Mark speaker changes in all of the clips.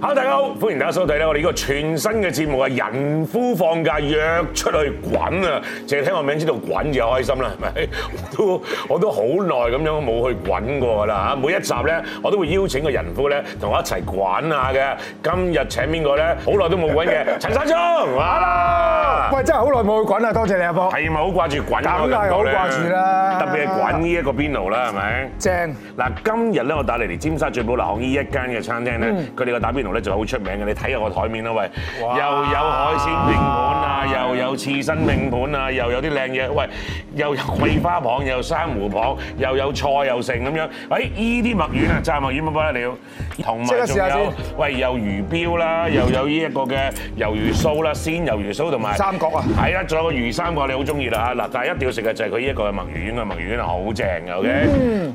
Speaker 1: 歡迎大家收睇咧，我哋呢個全新嘅節目啊，人夫放假約出去滾啊！淨係聽個名知道滾就開心啦，係咪？ 我都我都好耐咁樣冇去滾過㗎啦嚇，每一集咧我都會邀請個人夫咧同我一齊滾下嘅。今日請邊個咧？好耐都冇滾嘅，陳山聰啊！
Speaker 2: 喂，真係好耐冇去滾啦，多謝你阿波，
Speaker 1: 係咪好掛住滾啊？
Speaker 2: 梗係好掛住啦
Speaker 1: 特別係滾呢一個邊爐啦，係咪？
Speaker 2: 正。
Speaker 1: 嗱，今日咧我帶你嚟尖沙咀寶樓巷呢一間嘅餐廳咧，
Speaker 2: 嗯
Speaker 1: 佢哋個打邊爐咧就好出名嘅，你睇下個台面啦，喂，又有海鮮拼盤啊，又有刺身拼盤啊，又有啲靚嘢，喂，又有桂花蚌，又有珊瑚蚌，又有菜又剩咁樣，誒，依啲墨丸啊，炸墨丸不得了，同埋
Speaker 2: 即刻
Speaker 1: 仲
Speaker 2: 試下
Speaker 1: 有
Speaker 2: 先，
Speaker 1: 喂，有魚標啦，又有呢一個嘅魷魚酥啦，鮮魷魚酥同埋
Speaker 2: 三角啊
Speaker 1: 係啦，仲有個魚三角你好中意啦嚇，嗱，但係一定要食嘅就係佢呢一個嘅墨魚丸，個墨魚丸係啊好正嘅，OK？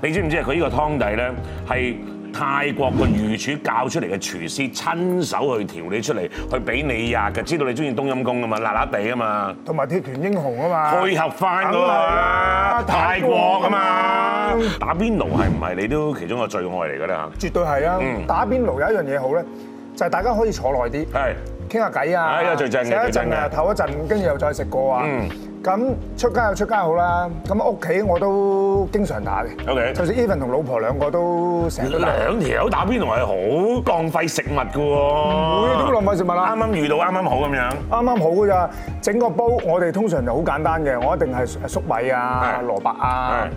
Speaker 1: 你
Speaker 2: 嗯
Speaker 1: 知唔知啊？佢呢個湯底咧係泰國個御廚教出嚟嘅廚師親手去調理出嚟，去俾你吔嘅，知道你中意冬陰功啊嘛，辣辣地啊嘛，
Speaker 2: 同埋鐵拳英雄啊嘛，
Speaker 1: 配合翻嗰
Speaker 2: 梗係
Speaker 1: 個
Speaker 2: 啦
Speaker 1: 泰國啊嘛
Speaker 2: 泰國啊嘛，
Speaker 1: 打邊爐係唔係你都其中一個最愛嚟㗎啦？
Speaker 2: 絕對係啊！
Speaker 1: 嗯
Speaker 2: 打邊爐有一樣嘢好咧，就係大家可以坐耐啲，
Speaker 1: 係
Speaker 2: 傾下偈啊，
Speaker 1: 係呢個最正嘅
Speaker 2: 食一
Speaker 1: 最正
Speaker 2: 陣
Speaker 1: 嘅
Speaker 2: 啊，唞一陣，跟住又再食過啊
Speaker 1: 嗯。
Speaker 2: 咁出街有出街好啦，咁屋企我都經常打嘅。
Speaker 1: OK
Speaker 2: 就算 even 同老婆兩個都成日都打。
Speaker 1: 兩條友打邊爐係好浪費食物㗎喎，
Speaker 2: 會啊點會浪費食物啊
Speaker 1: 啱啱遇到啱啱好咁樣。
Speaker 2: 啱啱好㗎咋，整個煲我哋通常就好簡單嘅，我一定係粟米啊、
Speaker 1: 係
Speaker 2: 蘿蔔啊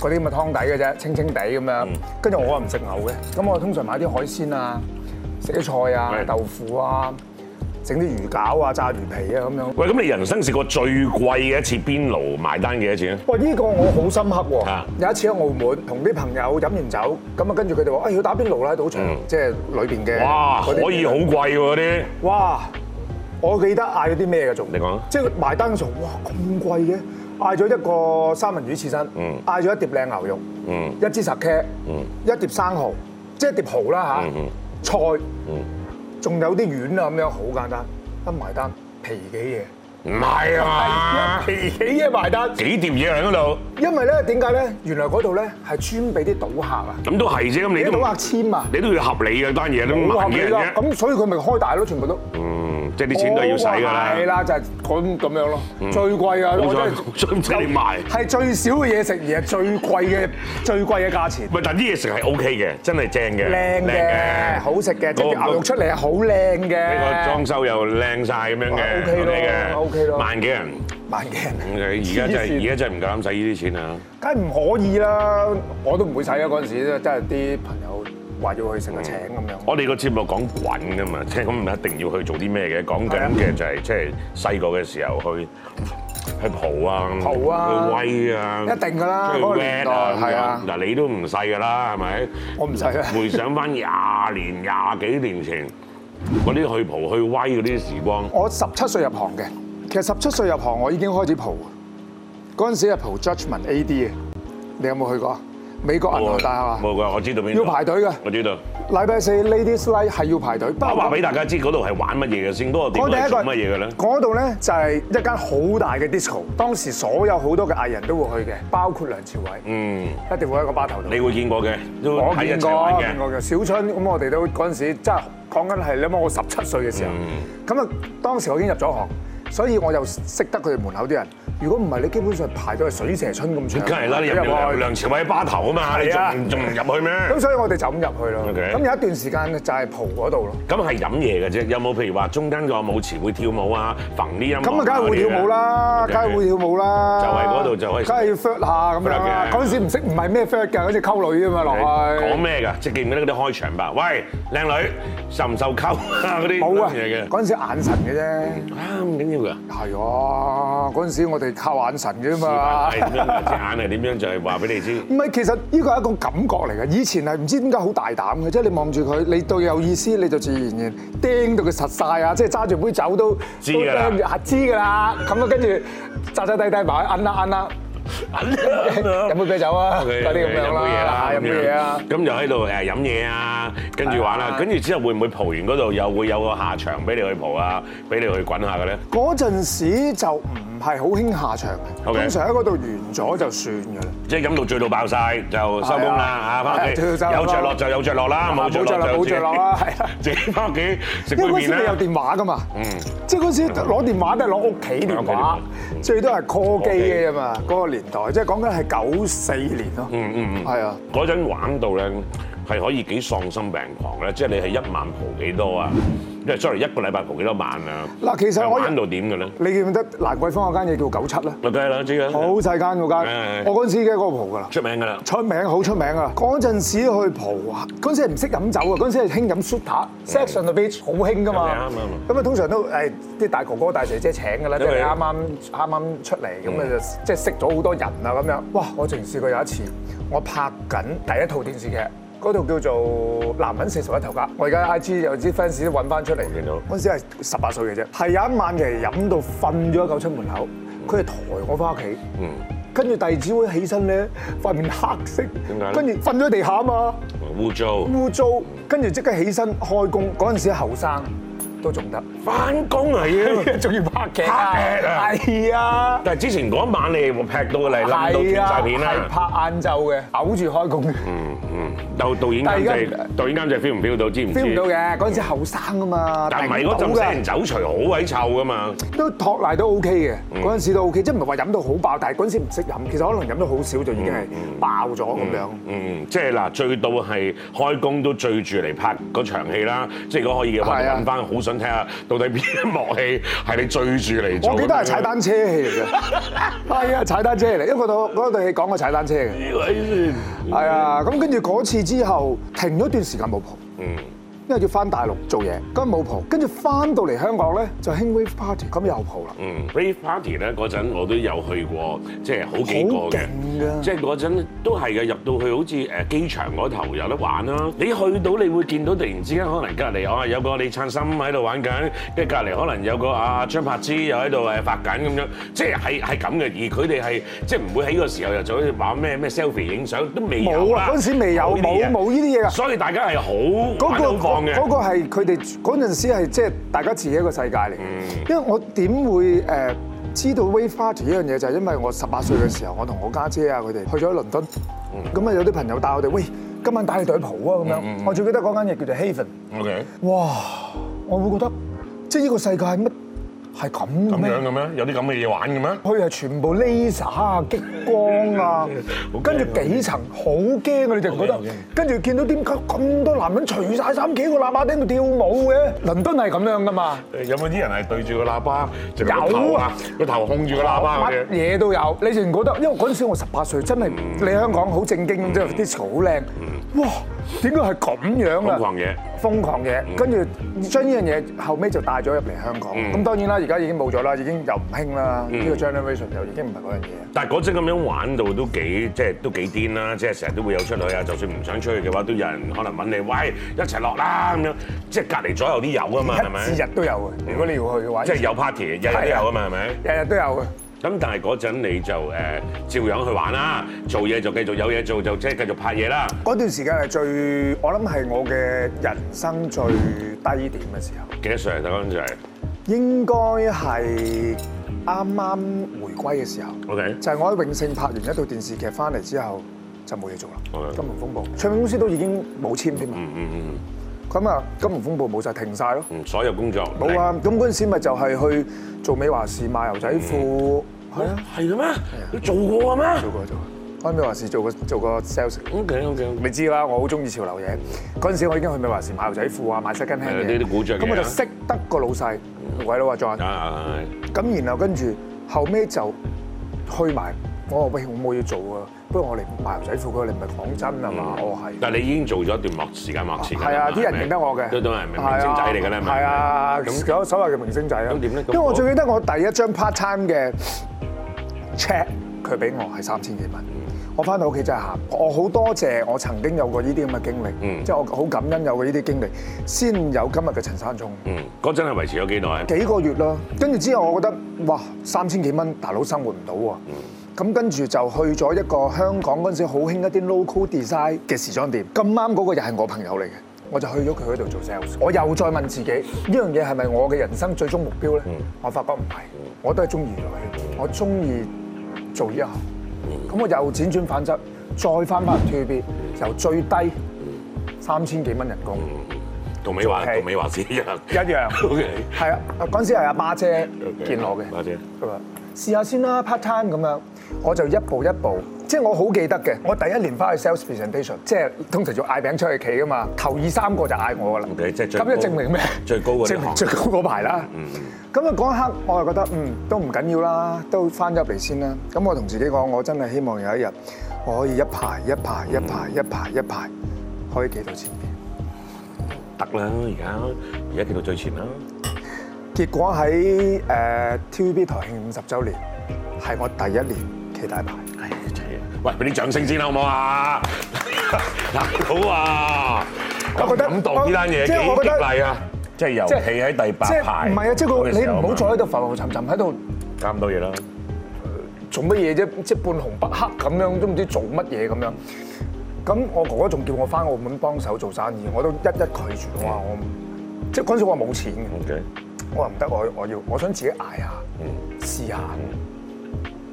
Speaker 2: 嗰啲咁嘅湯底嘅啫，清清地咁
Speaker 1: 嗯
Speaker 2: 樣。跟住我唔食牛嘅，咁我通常買啲海鮮啊，食啲菜啊
Speaker 1: 係、
Speaker 2: 豆腐啊，整啲魚餃啊、炸魚皮啊咁樣。
Speaker 1: 喂，咁你人生試過最貴嘅一次邊爐埋單幾多錢咧？
Speaker 2: 喂，呢個我好深刻
Speaker 1: 啊
Speaker 2: 喎！有一次喺澳門同啲朋友飲完酒，咁啊跟住佢哋話：，哎，要打邊爐啦，賭場
Speaker 1: 嗯，
Speaker 2: 即係裏邊嘅。
Speaker 1: 哇，可以好貴喎嗰啲。
Speaker 2: 哇！我記得嗌咗啲咩嘅仲？
Speaker 1: 你講啊
Speaker 2: 即係埋單嘅時候，哇咁貴嘅！嗌咗一個三文魚刺身，嗌咗一碟靚牛肉，
Speaker 1: 嗯
Speaker 2: 一支十茄，一碟生蠔，即係碟蠔啦
Speaker 1: 嗯嗯嗯
Speaker 2: 嚇，菜，仲有啲丸啊咁樣，好簡單。一埋單皮幾嘢，
Speaker 1: 唔係啊嘛，
Speaker 2: 皮幾嘢埋單。
Speaker 1: 幾碟嘢喺嗰度，
Speaker 2: 因為咧點解咧？原來嗰度咧係專俾啲賭客啊，
Speaker 1: 咁都係啫。咁你
Speaker 2: 啲
Speaker 1: 都
Speaker 2: 賭客簽啊，
Speaker 1: 你都要合理嘅單嘢，都
Speaker 2: 賭客
Speaker 1: 萬幾
Speaker 2: 俾
Speaker 1: 人
Speaker 2: 啦，
Speaker 1: 啫。
Speaker 2: 咁所以佢咪開大咯，全部都。
Speaker 1: 嗯，即係啲錢都係要使㗎啦。嗯
Speaker 2: 哦係啦，就係咁咁樣咯，最貴啊！
Speaker 1: 好
Speaker 2: 我
Speaker 1: 彩
Speaker 2: 真
Speaker 1: 好彩唔使你賣。
Speaker 2: 係最少嘅嘢食，而係最貴嘅最貴嘅價錢，
Speaker 1: 喂，但啲嘢食係 OK 嘅，真係正嘅，
Speaker 2: 靚嘅，好食嘅，即
Speaker 1: 嗰個
Speaker 2: 係牛肉出嚟係好靚
Speaker 1: 呢個裝
Speaker 2: 嘅，
Speaker 1: 修又靚晒咁樣嘅
Speaker 2: 啊 OK 咯，OK 咯
Speaker 1: 萬幾人。
Speaker 2: 萬幾人，
Speaker 1: 咁而家真
Speaker 2: 黐
Speaker 1: 係
Speaker 2: 線
Speaker 1: 而家真係唔夠膽使呢啲錢啊！
Speaker 2: 梗係唔可以啦！我都唔會使啊，嗰陣時真係啲朋友話要去食個請咁樣，
Speaker 1: 我哋個節目講滾噶嘛，即 係咁唔一定要去做啲咩嘅，講
Speaker 2: 啊
Speaker 1: 緊嘅就係即係細個嘅時候去去蒲啊，
Speaker 2: 蒲啊
Speaker 1: 去威啊，
Speaker 2: 一定㗎啦
Speaker 1: 出去
Speaker 2: 嗰個年
Speaker 1: wet 啊
Speaker 2: 代
Speaker 1: 咁樣
Speaker 2: 係啊
Speaker 1: 嗱你都唔細㗎啦，係咪？
Speaker 2: 我唔使啊，
Speaker 1: 回想翻廿年、廿幾年前嗰啲去蒲去威嗰啲時光，
Speaker 2: 我十七歲入行嘅，其實十七歲入行我已經開始蒲，嗰陣時係蒲 Judgement AD 嘅，你有冇去過啊？美國銀行大廈啊
Speaker 1: 冇㗎，我知道邊度
Speaker 2: 要排隊㗎
Speaker 1: 我知道。
Speaker 2: 禮拜四 Ladies Night 係要排隊，不
Speaker 1: 我
Speaker 2: 過
Speaker 1: 話俾大家知嗰度係玩乜嘢嘅先，嗰個
Speaker 2: 我第
Speaker 1: 點係啊
Speaker 2: 一個
Speaker 1: 做乜嘢嘅咧？
Speaker 2: 嗰度咧就係一間好大嘅 disco，當時所有好多嘅藝人都會去嘅，包括梁朝偉，
Speaker 1: 嗯，
Speaker 2: 一定會喺個吧頭度。
Speaker 1: 你會見過嘅，都
Speaker 2: 我
Speaker 1: 喺一
Speaker 2: 見
Speaker 1: 齊玩
Speaker 2: 過，
Speaker 1: 嘅
Speaker 2: 見。過嘅小春咁，我哋都嗰陣時真係講緊係你諗我十七歲嘅時
Speaker 1: 嗯
Speaker 2: 候，咁啊當時我已經入咗行，所以我又識得佢哋門口啲人。如果唔係，你基本上排到係水蛇春咁長，
Speaker 1: 梗係啦，你入
Speaker 2: 入
Speaker 1: 梁
Speaker 2: 去
Speaker 1: 梁朝偉巴頭啊嘛，你
Speaker 2: 係啊
Speaker 1: 仲仲唔入去咩？
Speaker 2: 咁所以我哋就咁入去咯。
Speaker 1: OK
Speaker 2: 咁有一段時間就係蒲嗰度咯。
Speaker 1: 咁係飲嘢嘅啫，有冇譬如話中間個舞池會跳舞啊，揈啲音樂
Speaker 2: 咁啊，梗係會跳舞啦，
Speaker 1: 嗰啲嘅
Speaker 2: 梗係會跳舞啦。
Speaker 1: 就係嗰度就可以
Speaker 2: 梗係要 f i r t 下咁樣
Speaker 1: flirt 嘅
Speaker 2: 啦。嗰陣時唔識，唔係咩 f i r t 㗎，嗰時溝女啊嘛落去。
Speaker 1: 講咩㗎？即係記唔記得嗰啲開場白？喂，靚女，受唔受溝啊？嗰啲
Speaker 2: 冇啊
Speaker 1: 咁嘢嘅，
Speaker 2: 嗰陣時眼神嘅啫。
Speaker 1: 啊唔緊要㗎。
Speaker 2: 係啊，嗰陣時我哋靠眼神啫嘛。
Speaker 1: 係點樣㗎？隻眼係點樣就係話俾你 知。
Speaker 2: 唔係，其實呢個係一個感覺嚟嘅。以前係唔知點解好大膽嘅，即係你望住佢，你對佢有意思，你就自然然釘到佢實晒啊！即係揸住杯酒都
Speaker 1: 知㗎啦
Speaker 2: 都釘住係知㗎啦。咁啊，跟住扎扎低低埋，摁啦摁啦，飲杯啤酒啊，
Speaker 1: 佢
Speaker 2: 嗰啲咁樣
Speaker 1: 飲杯嘢
Speaker 2: 啦
Speaker 1: 啦，，
Speaker 2: 飲杯嘢啊。
Speaker 1: 咁就喺度誒飲嘢啊，跟住玩啦，跟住之後會唔會蒲完嗰度又會有個下場俾你去蒲啊，俾你去滾下嘅咧？
Speaker 2: 嗰陣時就唔係好興下場嘅
Speaker 1: OK
Speaker 2: 通常喺嗰度完咗就算㗎啦。
Speaker 1: 即係飲到醉到爆晒就收工啦嚇，翻屋企
Speaker 2: 係啊
Speaker 1: 有着落就有着落啦，冇着
Speaker 2: 冇着
Speaker 1: 落
Speaker 2: 落
Speaker 1: 就
Speaker 2: 啊冇着落啦
Speaker 1: 自己
Speaker 2: 係啊
Speaker 1: 自己翻屋企食杯
Speaker 2: 因為嗰
Speaker 1: 麵
Speaker 2: 時你有
Speaker 1: 啦。嗯
Speaker 2: 電話㗎嘛，即係嗰時攞電話都係攞屋企電話
Speaker 1: 屋企電話，
Speaker 2: 最多係 call 機嘅啫嘛。嗰個年代，即係講緊係九四年咯，
Speaker 1: 嗯嗯嗯，
Speaker 2: 係啊。
Speaker 1: 嗰陣玩到咧係可以幾喪心病狂咧，即係你係一晚蒲幾多啊？因為 sorry 一個禮拜蒲幾多晚啊？
Speaker 2: 嗱其實我
Speaker 1: 玩到點嘅咧？
Speaker 2: 你記唔記得蘭桂坊嗰間嘢叫九七咧？
Speaker 1: 咪梗係啦，知啦，
Speaker 2: 好細間嗰間
Speaker 1: 係，係
Speaker 2: 我嗰陣時已經喺嗰個蒲㗎啦。
Speaker 1: 出名㗎啦。
Speaker 2: 出名好出名啊！嗰陣時去蒲啊，嗰陣時係唔識飲酒啊，嗰陣時係興飲 shooter、sex on the beach 好興噶嘛
Speaker 1: 嗯啱啱。
Speaker 2: 咁啊，通常都誒啲大哥哥大姐姐請㗎啦，即
Speaker 1: 因為
Speaker 2: 係啱啊啱啱啱出嚟，咁
Speaker 1: 嗯
Speaker 2: 啊就即係識咗好多人啊咁樣。哇！我仲試過有一次，我拍緊第一套電視劇。嗰套叫做《男人四十一頭家》，我而家 I G 有啲 fans 都揾翻出嚟。
Speaker 1: 見到
Speaker 2: 嗰陣時係十八歲嘅啫，係有一晚其實飲到瞓咗一嚿出門口，佢係抬我翻屋企。
Speaker 1: 嗯
Speaker 2: 跟住第二朝起身咧，塊面黑色
Speaker 1: 點解咧，
Speaker 2: 跟住瞓咗喺地下啊嘛，
Speaker 1: 污糟，
Speaker 2: 污糟，跟住即刻起身開工。嗰陣時後生都仲得，
Speaker 1: 翻工啊要。
Speaker 2: 仲要拍劇
Speaker 1: 拍劇啊
Speaker 2: 係啊，
Speaker 1: 但係之前嗰一晚你係劈到個嚟，冧到斷
Speaker 2: 係
Speaker 1: 晒
Speaker 2: 啊，
Speaker 1: 片
Speaker 2: 係
Speaker 1: 啦。
Speaker 2: 拍晏晝嘅，嘔住開工嘅
Speaker 1: 嗯嗯，導導演監
Speaker 2: 但係而
Speaker 1: 製，導演監製 feel 唔 feel 到？知唔
Speaker 2: ，feel 唔到
Speaker 1: 知？
Speaker 2: 嘅。嗰陣時後生啊嘛，
Speaker 1: 但係唔係
Speaker 2: 頂
Speaker 1: 嗰
Speaker 2: 到
Speaker 1: 陣
Speaker 2: 㗎
Speaker 1: 死人走除好鬼臭噶嘛？
Speaker 2: 都托賴都 OK
Speaker 1: 嗯
Speaker 2: 嘅，嗰陣時都 OK，即係唔係話飲到好爆，但係嗰陣時唔識飲，其實可能飲到好少就已經係爆咗咁樣。
Speaker 1: 嗯，即係嗱，最到係開工都醉住嚟拍嗰場戲啦。即係如果可以嘅話，
Speaker 2: 係啊
Speaker 1: 揾翻好想睇下到底邊一幕戲係你醉住嚟做。
Speaker 2: 我記得係踩。單車 戲嚟嘅，係啊，踩單車嚟，因為嗰套嗰套戲講過踩單車嘅，
Speaker 1: 先，
Speaker 2: 係啊，咁跟住嗰次之後停咗段時間冇蒲，
Speaker 1: 嗯，
Speaker 2: 因為要翻大陸做嘢，咁冇蒲，跟住翻到嚟香港咧就興 wave party，咁又蒲啦，
Speaker 1: 嗯，Rave Party 咧嗰陣我都有去過，即係好幾個
Speaker 2: 好
Speaker 1: 嘅
Speaker 2: 勁。㗎，
Speaker 1: 即係嗰陣都係嘅，入到去好似誒機場嗰頭有得玩啦。你去到你會見到突然之間可能隔離啊有個李燦森喺度玩緊，跟住隔離可能有個啊張柏芝又喺度誒發緊咁樣，即係係係咁嘅。而佢哋係即係唔會喺個時候又做話咩咩 selfie 影相都未有啊
Speaker 2: 冇啦，嗰陣時未有，
Speaker 1: 呢啲
Speaker 2: 冇
Speaker 1: 嘢
Speaker 2: 冇呢啲嘢㗎。
Speaker 1: 所以大家係好
Speaker 2: 嗰、
Speaker 1: 玩
Speaker 2: 個
Speaker 1: 得好放嘅。
Speaker 2: 嗰、個係佢哋嗰陣時係即係大家自己一個世界嚟嘅，
Speaker 1: 嗯
Speaker 2: 因為我點會誒知道 wave party 呢樣嘢就係因為我十八歲嘅時候，我同我家姐啊佢哋去咗倫敦，
Speaker 1: 嗯
Speaker 2: 咁啊有啲朋友帶我哋，喂今晚帶你隊蒲啊咁
Speaker 1: 嗯
Speaker 2: 樣，我最記得嗰間嘢叫做 Haven，
Speaker 1: OK
Speaker 2: 哇！我會覺得即係呢個世界乜係咁嘅
Speaker 1: 咁
Speaker 2: 咩
Speaker 1: 樣嘅咩？有啲咁嘅嘢玩嘅咩？
Speaker 2: 佢係全部 laser 啊、激光啊
Speaker 1: 好驚，
Speaker 2: 跟住幾層，好驚啊！你就覺得
Speaker 1: 好驚好驚，
Speaker 2: 跟住見到點解咁多男人除晒衫，幾個喇叭喺度跳舞嘅？倫敦係咁樣噶嘛，
Speaker 1: 呃有冇啲人係對住個喇叭，直頭個
Speaker 2: 有
Speaker 1: 頭啊
Speaker 2: 啊，
Speaker 1: 個頭控住個喇叭嘅
Speaker 2: 乜？嘢都有。你仲覺得，因為嗰陣時我十八歲，真係
Speaker 1: 嗯
Speaker 2: 你香港好正經，即係啲草好靚，哇！點解係咁樣
Speaker 1: 瘋
Speaker 2: 啊？
Speaker 1: 狂嘢。嗯
Speaker 2: 瘋狂嘢，跟住將呢樣嘢後尾就帶咗入嚟香港。咁當然啦，而家已經冇咗啦，已經又唔興啦。呢
Speaker 1: 嗯
Speaker 2: 個 generation 又已經唔係嗰樣嘢。
Speaker 1: 但係嗰陣咁樣玩到都幾即係都幾癲啦，即係成日都會有出去啊。就算唔想出去嘅話，都有人可能揾你，喂，一齊落啦咁樣。即係隔離左右啲有啊嘛，係
Speaker 2: 一至
Speaker 1: 咪？
Speaker 2: 日都有嘅。如果你要去嘅話，
Speaker 1: 即係有 party，日日都有啊嘛，係咪？
Speaker 2: 日日都有嘅。
Speaker 1: 咁但係嗰陣你就誒、照樣去玩啦，做嘢就繼續有嘢做，就即係繼續拍嘢啦。
Speaker 2: 嗰段時間係最，我諗係我嘅人生最低點嘅時候，
Speaker 1: 幾多歲啊？嗰陣就係、
Speaker 2: 應該係啱啱回歸嘅時候。
Speaker 1: OK
Speaker 2: 就係我喺永盛拍完一套電視劇翻嚟之後，就冇嘢做啦。
Speaker 1: OK
Speaker 2: 金融風暴，唱片公司都已經冇簽添嘛。
Speaker 1: 嗯嗯嗯
Speaker 2: 咁啊，金融風暴冇晒，停晒咯。
Speaker 1: 嗯，所有工作
Speaker 2: 冇啊，咁嗰陣時咪就係去做美華士賣牛仔褲，係
Speaker 1: 零，
Speaker 2: 啊，
Speaker 1: 係嘅咩？你做過啊咩
Speaker 2: 做過做過，開美華士做個做個 sales。
Speaker 1: ？OK OK OK。
Speaker 2: 你知啦，我好中意潮流嘢。嗰陣時我已經去美華時買牛仔褲啊，買 second
Speaker 1: 係
Speaker 2: hand
Speaker 1: 啊
Speaker 2: 嘅。
Speaker 1: 呢啲古着嘢啊
Speaker 2: 咁我就識得個老細，鬼佬啊 John。
Speaker 1: 啊，
Speaker 2: 咁然後跟住後尾就去埋，我話喂，我冇嘢做啊，不如我嚟賣牛仔褲佢話，你唔係講真啊嘛？
Speaker 1: 嗯
Speaker 2: 我話係。
Speaker 1: 但係你已經做咗一段幕時間幕前㗎啦
Speaker 2: 係啊，
Speaker 1: 嘛
Speaker 2: 啲人
Speaker 1: 係咪
Speaker 2: 認得我嘅，啊
Speaker 1: 都都係明星仔嚟㗎啦，係咪
Speaker 2: 係啊，
Speaker 1: 咁
Speaker 2: 咁所謂嘅明星仔啦。
Speaker 1: 咁點咧咁
Speaker 2: 因為我最記得我第一張 part time 嘅 check，佢俾我係三千幾蚊。我翻到屋企真係喊，我好多謝我曾經有過呢啲咁嘅經
Speaker 1: 嗯
Speaker 2: 歷，即係我好感恩有過呢啲經歷，先有今日嘅陳山聰。
Speaker 1: 嗯，嗰陣係維持咗幾耐？
Speaker 2: 幾個月啦，跟住之後我覺得哇三千幾蚊大佬生活唔到喎，咁跟住就去咗一個香港嗰陣時好興一啲 local design 嘅時裝店，咁啱嗰個又係我朋友嚟嘅，我就去咗佢嗰度做 sales。我又再問自己，呢樣嘢係咪我嘅人生最終目標咧？我發覺唔係，我都係中意娛樂圈，我中意做呢一行。咁我又輾轉反側，再翻返去 TVB，由最低三千幾蚊人工
Speaker 1: 同美華
Speaker 2: 做戲
Speaker 1: 同美華先一樣。
Speaker 2: 一樣，
Speaker 1: OK，
Speaker 2: 係啊，嗰陣時係阿媽姐見我嘅。
Speaker 1: 或者
Speaker 2: 佢話試下先啦，part time 咁樣，我就一步一步，即係我好記得嘅。我第一年翻去 sales presentation，即係通常做嗌餅出去企噶嘛，頭二三個就嗌我噶啦。
Speaker 1: OK，即係最
Speaker 2: 咁
Speaker 1: 高
Speaker 2: 就證明咩？
Speaker 1: 最高嗰啲
Speaker 2: 證明
Speaker 1: 行
Speaker 2: 最高嗰排啦。咁啊嗰一刻我就覺得嗯都唔緊要啦，都翻入嚟先啦。咁我同自己講，我真係希望有一日我可以一排一排一排一排一排可以企到前面。
Speaker 1: 得啦，而家而家企到最前啦。
Speaker 2: 結果喺誒 TVB 台慶五十週年，係我第一年企大排。
Speaker 1: 唉真係喂，俾啲掌聲先啦，好唔好啊？ 大佬啊，
Speaker 2: 我覺得
Speaker 1: 感動呢單嘢
Speaker 2: 即係我
Speaker 1: 幾
Speaker 2: 覺
Speaker 1: 激
Speaker 2: 得
Speaker 1: 勵啊！即係由
Speaker 2: 即係
Speaker 1: 企喺第八
Speaker 2: 即係
Speaker 1: 排，
Speaker 2: 唔係啊！即係個你唔好
Speaker 1: 再
Speaker 2: 坐喺度浮浮沉沉喺度
Speaker 1: 搞咁多嘢啦。
Speaker 2: 做乜嘢啫？即係半紅不黑咁樣，都唔知做乜嘢咁樣。咁我哥哥仲叫我翻澳門幫手做生意，我都一一拒絕。我話我唔即係嗰陣時我話冇錢嘅，
Speaker 1: OK，
Speaker 2: 我話唔得，我我要我想自己捱下，試下。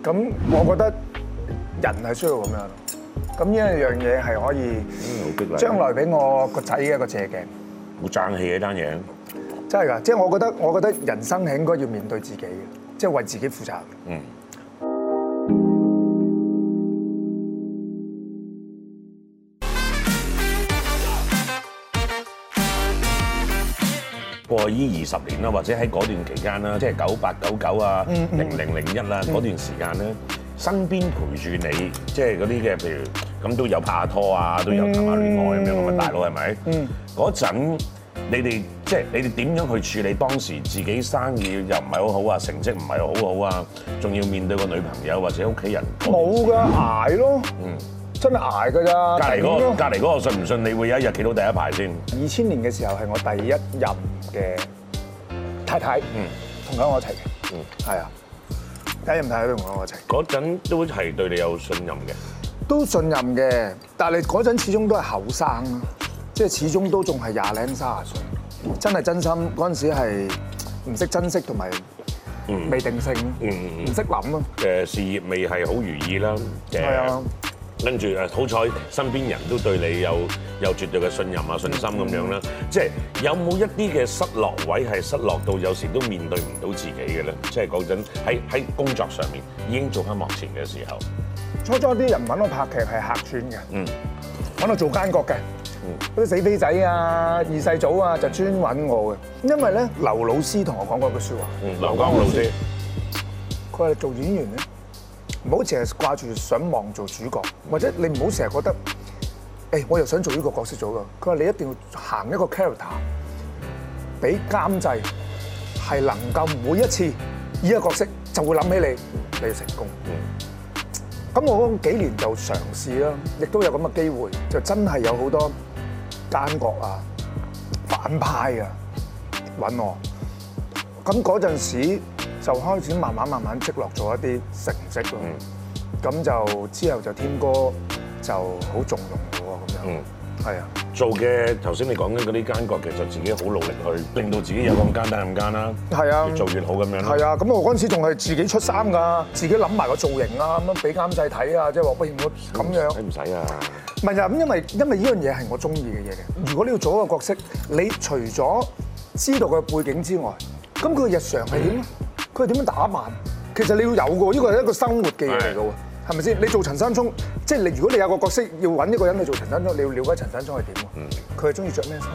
Speaker 2: 咁我覺得人係需要咁樣。咁呢一樣嘢係可以
Speaker 1: 嗯好激勵。
Speaker 2: 將來俾我個仔嘅一個借鏡。
Speaker 1: 好爭氣嘅啊呢單嘢，
Speaker 2: 真係㗎，即係我覺得，我覺得人生係應該要面對自己嘅，即係為自己負責。
Speaker 1: 嗯。過去依二十年啦，或者喺嗰段期間啦，即係九八九九啊、零零零一啊嗰段時間咧，身邊陪住你，即係嗰啲嘅，譬如咁都有拍下拖啊，都有談下戀愛咁樣咁啊，大佬係咪？嗰陣你哋即係你哋點樣去處理當時自己生意又唔係好好啊，成績唔係好好啊，仲要面對個女朋友或者屋企人嗰段時
Speaker 2: 冇
Speaker 1: 間
Speaker 2: 㗎，捱咯，真係捱㗎咋。
Speaker 1: 嗯隔離嗰
Speaker 2: 頂
Speaker 1: 個
Speaker 2: 咯
Speaker 1: 隔離嗰個信唔信你會有一日企到第一排先？
Speaker 2: 二千年嘅時候係我第一任嘅太太，
Speaker 1: 嗯
Speaker 2: 同緊我一齊嘅，係啊，第一任太太都同緊我一齊，
Speaker 1: 嗰陣都係對你有信任嘅。
Speaker 2: 都信任嘅，但係嗰陣始終都係後生啦，即係始終都仲係廿零三十歲，真係真心嗰陣時係唔識珍惜同埋未定性，
Speaker 1: 嗯
Speaker 2: 唔識諗啊咯，
Speaker 1: 嘅事業未係好如意啦，嘅
Speaker 2: 係啊，
Speaker 1: 跟住誒好彩身邊人都對你有有絕對嘅信任啊、信心咁樣啦，
Speaker 2: 嗯
Speaker 1: 即係有冇一啲嘅失落位係失落到有時都面對唔到自己嘅咧？即係嗰陣喺喺工作上面已經做緊幕前嘅時候，
Speaker 2: 初初啲人揾我拍劇係客串嘅，
Speaker 1: 嗯
Speaker 2: 揾我做奸角嘅，嗰啲死飛仔啊、二世祖啊就專揾我嘅，因為咧劉老師同我講過一句説話，
Speaker 1: 劉江老師，
Speaker 2: 佢話做演員咧唔好成日掛住想望做主角，或者你唔好成日覺得，誒、我又想做呢個角色做㗎，佢話你一定要行一個 character，俾監製係能夠每一次呢個角色就會諗起你，你要成功。咁我嗰幾年就嘗試啦，亦都有咁嘅機會，就真係有好多奸角啊、反派啊揾我。咁嗰陣時就開始慢慢慢慢積落咗一啲成績咯。咁、就之後就天哥就好重用我咁
Speaker 1: 嗯
Speaker 2: 樣，係啊、
Speaker 1: 做嘅頭先你講緊嗰啲奸角，其實自己好努力去令到自己有咁簡單咁奸啦，
Speaker 2: 係啊
Speaker 1: 越做越好咁樣啦。
Speaker 2: 係啊，咁我嗰陣時仲係自己出衫㗎，自己諗埋個造型啊，咁樣俾監製睇啊，即係話喂我咁樣
Speaker 1: 使。唔使啊？
Speaker 2: 唔係啊，咁因為因為呢樣嘢係我中意嘅嘢嚟。如果你要做一個角色，你除咗知道佢嘅背景之外，咁佢嘅日常係點咧？佢係點樣打扮？其實你要有嘅喎，呢個係一個生活嘅嘢嚟嘅喎，係咪先？你做陳山聰，即係你如果你有個角色要揾一個人去做陳山聰，你要了解陳山聰係點喎？佢係中意着咩衫？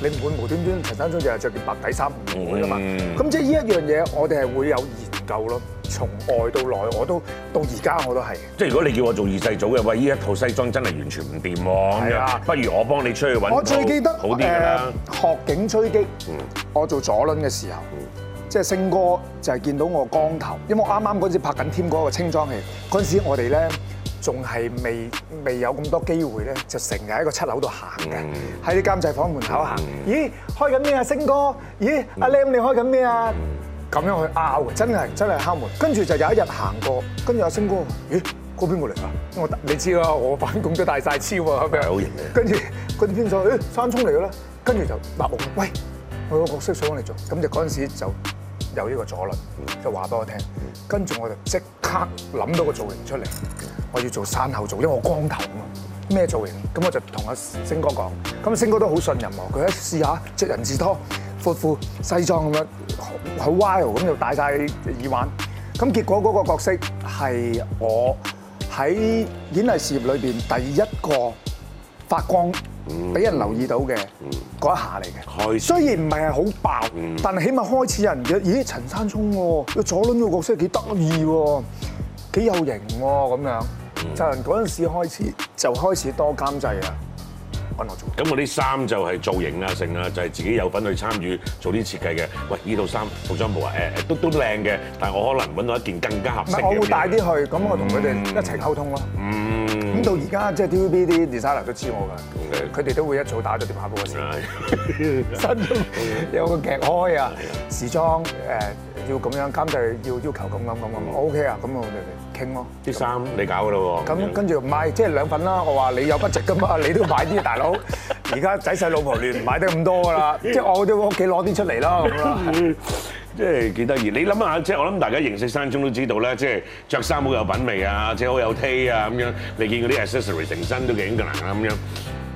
Speaker 2: 你唔會無端端陳山聰就係着件白底衫唔會㗎嘛？咁即係呢一樣嘢，我哋係會有研究咯，從外到內，我都到而家我都係。
Speaker 1: 即係如果你叫我做二世祖嘅，喂，依一套西裝真係完全唔掂喎，咁
Speaker 2: 係
Speaker 1: 樣
Speaker 2: 啊
Speaker 1: 不如我幫你出去揾
Speaker 2: 我最記得
Speaker 1: 好啲㗎啦。嗯
Speaker 2: 誒學警追擊，我做左輪嘅時候，即係星哥就係見到我光頭，因為我啱啱嗰陣時拍緊添嗰個清裝戲，嗰陣時我哋咧仲係未未有咁多機會咧，就成日喺個七樓度行
Speaker 1: 嗯
Speaker 2: 嘅，喺啲監製房門口行。咦，開緊咩啊，星哥？咦，阿 Lam 你開緊咩啊？咁樣去拗嘅，真係真係敲門。跟住就有一日行過，跟住阿星哥話：咦，嗰邊過嚟㗎？我你知啦，我返工都帶晒超啊咁樣。
Speaker 1: 係好型嘅
Speaker 2: 跟住嗰啲編手，誒山聰嚟嘅啦，跟住就嗱我喂，我有個角色想嚟做，咁就嗰陣時就有呢個左輪，就話俾我聽，跟住我就即刻諗到個造型出嚟，我要做山口造，因為我光頭啊嘛。咩造型？咁我就同阿星哥講，咁星哥都好信任我，佢一試下着人字拖、闊褲、西裝咁樣，好好 wild 咁就戴晒耳環。咁結果嗰個角色係我喺演藝事業裏邊第一個發光，俾人留意到嘅嗰一下嚟
Speaker 1: 嗯開
Speaker 2: 嘅。
Speaker 1: 始嗯
Speaker 2: 雖然唔係係好爆，但係起碼開始有人嘅，咦陳山聰喎，個左輪個角色幾得意喎，幾有型喎咁樣。
Speaker 1: 嗯
Speaker 2: 就係嗰陣時開始就開始多監製啊啦，揾我做。
Speaker 1: 咁我啲衫就係造型啊、成啊，就係自己有份去參與做啲設計嘅。喂，呢套衫服裝部啊，誒誒都都靚嘅，但係我可能揾到一件更加合
Speaker 2: 唔
Speaker 1: 適
Speaker 2: 係
Speaker 1: 嘅。
Speaker 2: 我會帶啲啊去，咁我同佢哋一齊溝通咯。
Speaker 1: 嗯。
Speaker 2: 咁到而家即係 TVB 啲 designer 都知我㗎
Speaker 1: OK，
Speaker 2: 佢哋都會一早打咗電話俾我先。
Speaker 1: 嗯係
Speaker 2: 新有個劇開啊，時裝誒要咁樣監製要要求咁咁咁咁，OK 啊，咁我哋傾咯。
Speaker 1: 啲衫你搞㗎咯喎。
Speaker 2: 咁跟住買即係兩份啦，我話你有不值噶嘛， 你都要買啲大佬。而家仔細老婆亂唔買得咁多㗎啦，即係我都屋企攞啲出嚟啦咁啦。
Speaker 1: 嗯即係幾得意，你諗下，即係我諗大家認識山中都知道啦，即係着衫好有品味啊，即係好有 taste 啊咁樣。你見嗰啲 accessory 成身都幾硬啊咁樣。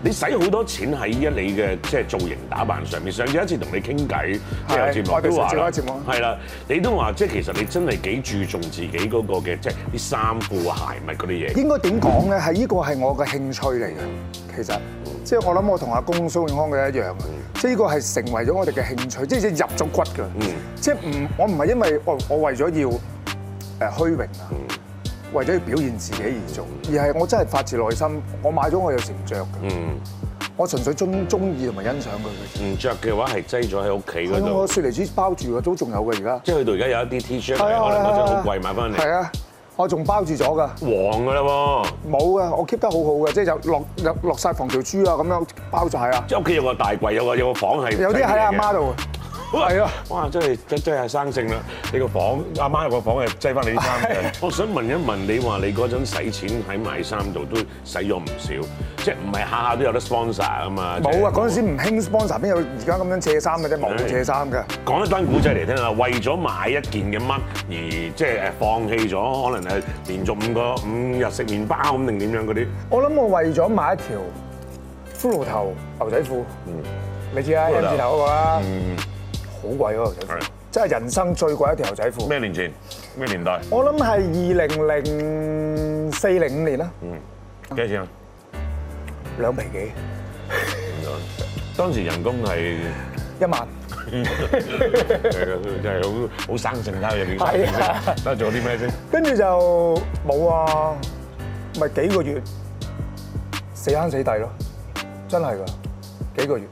Speaker 1: 你使好多錢喺一你嘅即係造型打扮上面。上次一次同你傾偈，即係有節目
Speaker 2: 我哋
Speaker 1: 都話啦
Speaker 2: 上次開節目
Speaker 1: 係啦，你都話即係其實你真係幾注重自己嗰個嘅即係啲衫褲啊鞋襪嗰啲嘢。
Speaker 2: 應該點講咧？係呢個係我嘅興趣嚟嘅，其實即係我諗我同阿公蘇永康嘅一樣嘅，即係呢個係成為咗我哋嘅興趣，即係入咗骨㗎。即係唔我唔係因為哦我我為咗要誒虛榮啊，為咗要表現自己而做，而係我真係發自內心，我買咗我有成着嘅，
Speaker 1: 嗯，
Speaker 2: 我純粹中中意同埋欣賞佢嘅。
Speaker 1: 唔着嘅話係擠咗喺屋企嗰
Speaker 2: 係啊我
Speaker 1: 度，
Speaker 2: 雪梨紙包住嘅都仲有嘅而家。
Speaker 1: 即係去到而家有一啲 T-shirt
Speaker 2: 係
Speaker 1: 可能嗰張好貴
Speaker 2: 係
Speaker 1: 買翻嚟
Speaker 2: 係啊，我仲包住咗㗎。
Speaker 1: 黃㗎啦喎。
Speaker 2: 冇啊，我 keep 得好好嘅，即係就落落落曬防條珠啊，咁樣包晒啊。
Speaker 1: 即係屋企有個大櫃，有個有個房係
Speaker 2: 有啲喺阿媽度，係啊咯。
Speaker 1: 哇！真係真真係生性啦！你個房阿媽有個房係擠翻你啲衫嘅。我想問一問你話你嗰陣使錢喺買衫度都使咗唔少，即係唔係下下都有得 sponsor 啊嘛？
Speaker 2: 冇啊！嗰陣時
Speaker 1: 時
Speaker 2: 唔興 sponsor，邊有而家咁樣借衫嘅啫，冇借衫嘅。
Speaker 1: 講一單古仔嚟聽下，啊為咗買一件嘅乜而即係誒呃放棄咗，可能係連續五個五日食麵包咁定點樣嗰啲？
Speaker 2: 我諗我為咗買一條骷髏頭牛仔褲，你知啦
Speaker 1: 嗯骷髏頭嗯
Speaker 2: ，M 字頭嗰個啦，好貴嗰個牛仔褲
Speaker 1: 係，
Speaker 2: 真係人生最貴一條牛仔褲。
Speaker 1: 咩年前？咩年代？
Speaker 2: 我諗係二零零四零五年啦，
Speaker 1: 嗯幾多錢啊？
Speaker 2: 兩皮幾
Speaker 1: 當時人工係
Speaker 2: 一萬。
Speaker 1: 真係好好生性啦，有幾生性
Speaker 2: 係
Speaker 1: 先
Speaker 2: 啊？
Speaker 1: 得做啲咩先？
Speaker 2: 跟住就冇啊，咪幾個月死慳死抵咯，真係噶幾個月，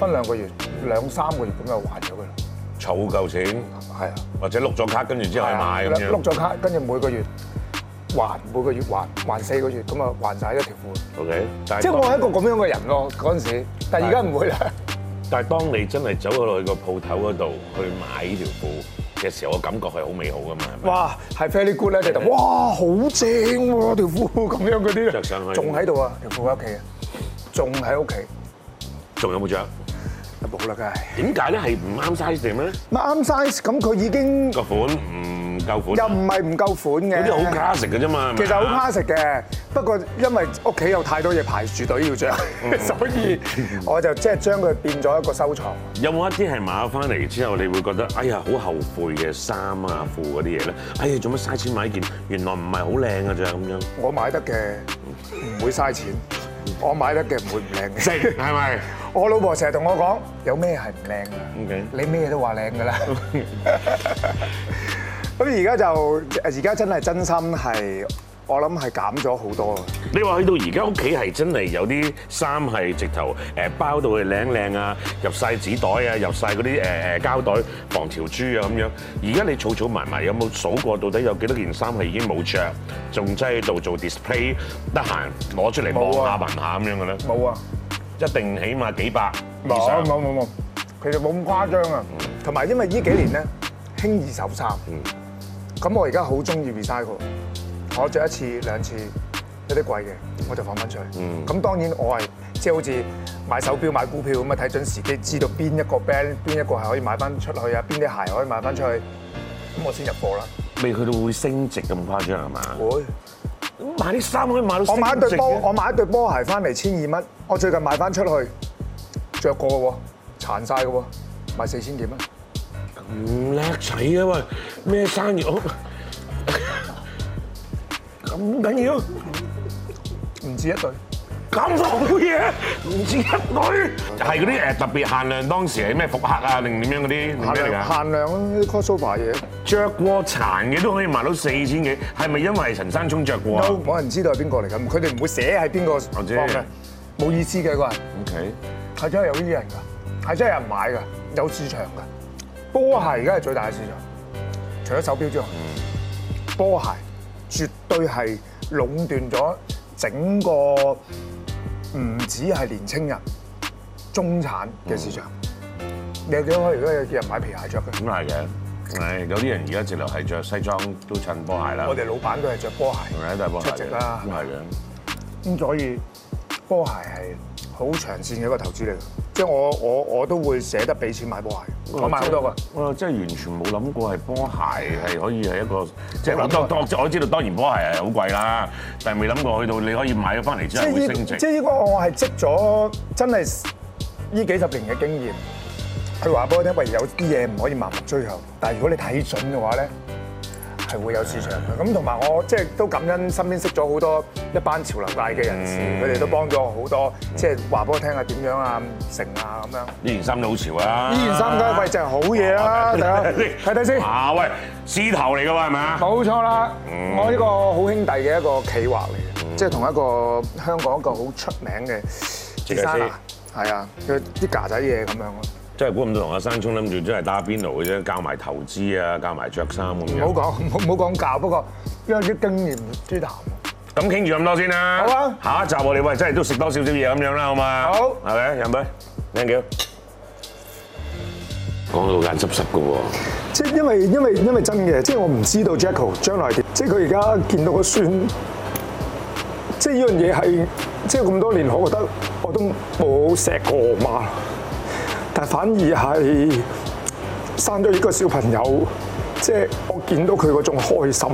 Speaker 2: 分兩個月、兩三個月咁就還咗佢啦，
Speaker 1: 儲夠錢
Speaker 2: 係啊，
Speaker 1: 或者碌咗卡，跟住之後去買咁樣。
Speaker 2: 碌咗卡，跟住每個月還，每個月還，還四個月咁啊，還晒一條褲。
Speaker 1: OK，但
Speaker 2: 即係我係
Speaker 1: 係
Speaker 2: 一個咁樣嘅人咯，嗰陣時，但係而家唔會啦。
Speaker 1: 但係當你真係走到去個鋪頭嗰度去買呢條褲嘅時候，個感覺係好美好噶嘛，係咪？
Speaker 2: 哇，係 very good 咧，直頭哇好正喎條褲咁樣嗰啲，
Speaker 1: 着上去
Speaker 2: 仲喺度啊條褲喺屋企啊，仲喺屋企，
Speaker 1: 仲有冇着？
Speaker 2: 冇啦梗係。
Speaker 1: 點解咧係唔啱 size 定咩？
Speaker 2: 咪啱 size，咁佢已經
Speaker 1: 個款唔夠款，
Speaker 2: 又唔係唔夠款嘅。
Speaker 1: 嗰啲好 classic 嘅啫嘛。係咪
Speaker 2: 其實好 classic 嘅，不過因為屋企有太多嘢排住隊要着，
Speaker 1: 嗯
Speaker 2: 所以我就即係將佢變咗一個收藏。
Speaker 1: 有冇一啲係買咗翻嚟之後，你會覺得哎呀好後悔嘅衫啊褲嗰啲嘢咧？哎呀做乜嘥錢買件？原來唔係好靚嘅咋咁樣。
Speaker 2: 我買得嘅唔會嘥錢，我買得嘅唔會唔靚嘅。
Speaker 1: 食係咪？
Speaker 2: 我老婆成日同我講，有咩係唔靚㗎
Speaker 1: OK
Speaker 2: 你咩都話靚 㗎啦。咁而家就而家真係真心係，我諗係減咗好多啊！
Speaker 1: 你話去到而家屋企係真係有啲衫係直頭誒包到佢靚靚啊，入晒紙袋啊，入晒嗰啲誒誒膠袋防條珠啊咁樣。而家你儲儲埋埋有冇數過到底有幾多件衫係已經冇着，仲擠喺度做 display，得閒攞出嚟望
Speaker 2: 冇
Speaker 1: 下
Speaker 2: 啊
Speaker 1: 聞下咁樣嘅咧？
Speaker 2: 冇啊！
Speaker 1: 一定起碼幾百以
Speaker 2: 冇
Speaker 1: 上。嗯
Speaker 2: 冇冇冇，佢哋冇咁誇張啊。同埋因為呢幾年咧興二手衫，咁我而家好中意 recycle，我着一次兩次有啲貴嘅，我就放翻出去。咁當然我係即係好似買手錶、買股票咁啊，睇準時機，知道邊一個 band、邊一個係可以買翻出去啊，邊啲鞋可以買翻出去，咁我先入貨啦。
Speaker 1: 未去到會升值咁誇張係嘛？
Speaker 2: 會，
Speaker 1: 買啲衫可以買到
Speaker 2: 我
Speaker 1: 升值嘅
Speaker 2: 買一對波，我買一對波鞋翻嚟千二蚊，我最近賣翻出去，着過嘅喎，殘晒嘅喎，賣四千幾蚊。
Speaker 1: 唔叻仔啊喂！咩生意 好咁緊要？
Speaker 2: 唔止一對，
Speaker 1: 咁好嘢，唔止一對，係嗰啲誒特別限量，當時係咩復刻啊，定點樣嗰啲
Speaker 2: 限
Speaker 1: 咩嚟
Speaker 2: 量
Speaker 1: 㗎？
Speaker 2: 限量啊啲 crossover 嘢
Speaker 1: 着過殘嘅都可以賣到四千幾，係咪因為陳山聰着過啊
Speaker 2: ，no 冇人知道係邊個嚟咁，佢哋唔會寫係邊個
Speaker 1: 我
Speaker 2: 放
Speaker 1: 知
Speaker 2: 嘅，冇意思嘅個人。
Speaker 1: ？OK，
Speaker 2: 係真係有呢啲人㗎，係真係有人買㗎，有市場㗎。波鞋而家係最大嘅市場，除咗手錶之外，波鞋絕對係壟斷咗整個唔止係年青人、中產嘅市場。
Speaker 1: 嗯
Speaker 2: 你有幾多可以而家有人買皮鞋着嘅？
Speaker 1: 咁啊係嘅。係有啲人而家直頭係着西裝都襯波鞋啦
Speaker 2: 我，哋老闆都係着波鞋，
Speaker 1: 係咪都係波鞋
Speaker 2: 出席
Speaker 1: 嘅？
Speaker 2: 啦
Speaker 1: 咁啊係嘅。
Speaker 2: 咁所以波鞋係好長線嘅一個投資嚟嘅。即係我我我都會捨得俾錢買波鞋，
Speaker 1: 哦
Speaker 2: 我買好多㗎。
Speaker 1: 我真係完全冇諗過係波鞋係可以係一個，即係我當當我知道當然波鞋係好貴啦，但係未諗過去到你可以買咗翻嚟之後
Speaker 2: 即
Speaker 1: 會
Speaker 2: 係
Speaker 1: 升
Speaker 2: 呢，即
Speaker 1: 值。
Speaker 2: 係呢個我係積咗真係呢幾十年嘅經驗。佢話俾我聽，喂，有啲嘢唔可以盲目追求，但係如果你睇準嘅話咧，係會有市場嘅。咁同埋我即係都感恩身邊識咗好多一班潮流界嘅人士，佢哋都幫咗我好多，即係話俾我聽啊點樣啊成啊咁樣。
Speaker 1: 呢件衫都好潮啊！
Speaker 2: 呢件衫梗係喂真係好嘢
Speaker 1: 哦
Speaker 2: 啦，大 家睇睇先。
Speaker 1: 啊喂，獅頭嚟㗎喎係咪啊？
Speaker 2: 冇錯啦，
Speaker 1: 嗯
Speaker 2: 我呢個好兄弟嘅一個企劃嚟嘅，即係同一個香港一個好出名嘅
Speaker 1: 設計師
Speaker 2: designer，係啊，佢啲架仔嘢咁樣咯。
Speaker 1: 真係估唔到同阿山聰諗住真係打邊爐嘅啫，教埋投資啊，教埋着衫咁
Speaker 2: 唔好
Speaker 1: 樣。
Speaker 2: 講，唔好唔好講教，不過因為啲經驗之談。
Speaker 1: 咁傾住咁多先啦。
Speaker 2: 好啊
Speaker 1: 下一集我哋喂真係都食多少少嘢咁樣啦，好嘛？
Speaker 2: 好
Speaker 1: 係咪？飲杯，thank you。講到眼濕濕㗎喎。
Speaker 2: 即係因為因為因為真嘅，即係我唔知道 Jacko 將來點，即係佢而家見到個孫，即係呢樣嘢係即係咁多年，我覺得我都冇錫過我媽，但反而係生咗呢個小朋友，即係我見到佢嗰種開心，